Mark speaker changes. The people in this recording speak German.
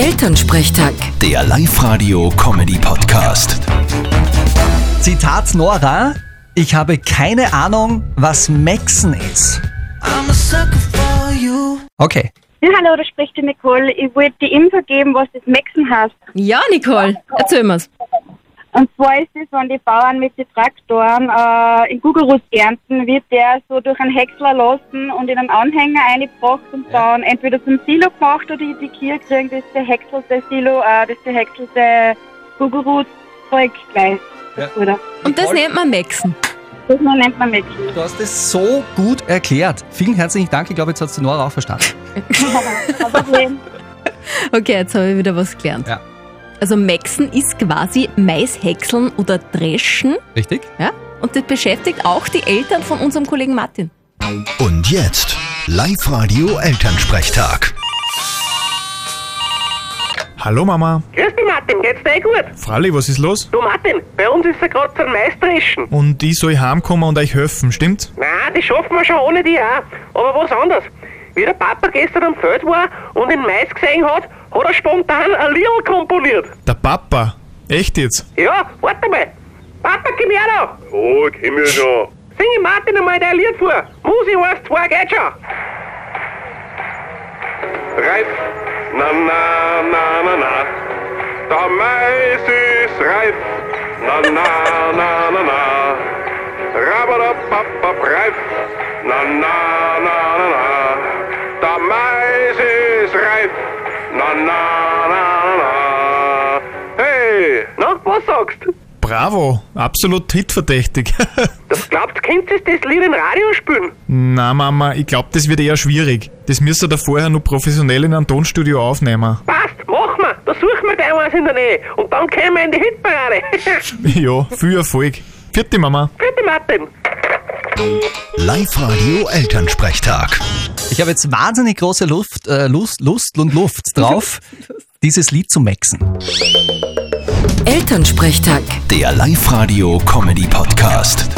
Speaker 1: Elternsprechtag.
Speaker 2: Der Live-Radio-Comedy-Podcast.
Speaker 3: Zitat Nora, ich habe keine Ahnung, was Maxen ist. Okay,
Speaker 4: Ja, hallo, da spricht die Nicole. Ich wollte die Info geben, was das Mexen heißt.
Speaker 5: Ja, Nicole, erzähl mir's.
Speaker 4: Und zwar ist es, wenn die Bauern mit den Traktoren äh, in Gugerus ernten, wird der so durch einen Häcksler lassen und in einen Anhänger eingebracht und dann entweder zum Silo gemacht oder die Kühe kriegen das gehäckselte Silo, äh, das gehäckselte Gugerus-Zeug gleich.
Speaker 3: Ja.
Speaker 4: Oder?
Speaker 5: Und das nennt man Maxen.
Speaker 4: Das nennt man Mexen.
Speaker 3: du hast es so gut erklärt. Vielen herzlichen Dank, ich glaube, jetzt hat die Nora auch verstanden.
Speaker 4: Kein Problem.
Speaker 5: Okay, jetzt habe ich wieder was gelernt.
Speaker 3: Ja.
Speaker 5: Also Maxen ist quasi Maishäckseln oder Dreschen.
Speaker 3: Richtig?
Speaker 5: Ja? Und das beschäftigt auch die Eltern von unserem Kollegen Martin.
Speaker 2: Und jetzt Live-Radio Elternsprechtag.
Speaker 6: Hallo Mama.
Speaker 7: Grüß dich, Martin, geht's dir eh gut?
Speaker 6: Fralli, was ist los?
Speaker 7: Du, Martin, bei uns ist er gerade zum Meistreschen.
Speaker 6: Und ich soll heimkommen und euch helfen, stimmt?
Speaker 7: Nein, das schaffen wir schon ohne dich auch. Aber was anderes. Wie der Papa gestern am Feld war und den Mais gesehen hat, hat er spontan ein Lied komponiert.
Speaker 6: Der Papa. Echt jetzt?
Speaker 7: Ja, warte mal. Papa, komm her da.
Speaker 8: Oh, ich komm ja schon.
Speaker 7: Sing ich Martin einmal dein Lied vor. Musi eins, zwei, geht schon.
Speaker 8: Reif, na, na, na, na, na. Der Mais ist reif. Na, na, na, na, na. Rabadababab, reif. Na, na, na, na, na. Der Mais ist reif. Na, na, na, na, na. Hey!
Speaker 7: Na, was sagst du?
Speaker 6: Bravo. Absolut hitverdächtig.
Speaker 7: Das glaubst, könntest du das Lied im Radio spielen?
Speaker 6: Na Mama, ich glaube, das wird eher schwierig. Das müsst ihr da vorher nur professionell in einem Tonstudio aufnehmen.
Speaker 7: Passt, machen wir. Da suchen wir gleich eins in der Nähe. Und dann kommen wir in die Hitparade.
Speaker 6: ja, viel Erfolg. Vierte Mama.
Speaker 7: Bitte, Martin.
Speaker 2: Live-Radio Elternsprechtag.
Speaker 3: Ich habe jetzt wahnsinnig große Luft, äh, Lust, Lust und Luft drauf, dieses Lied zu maxen.
Speaker 1: Elternsprechtag.
Speaker 2: Der Live-Radio-Comedy-Podcast.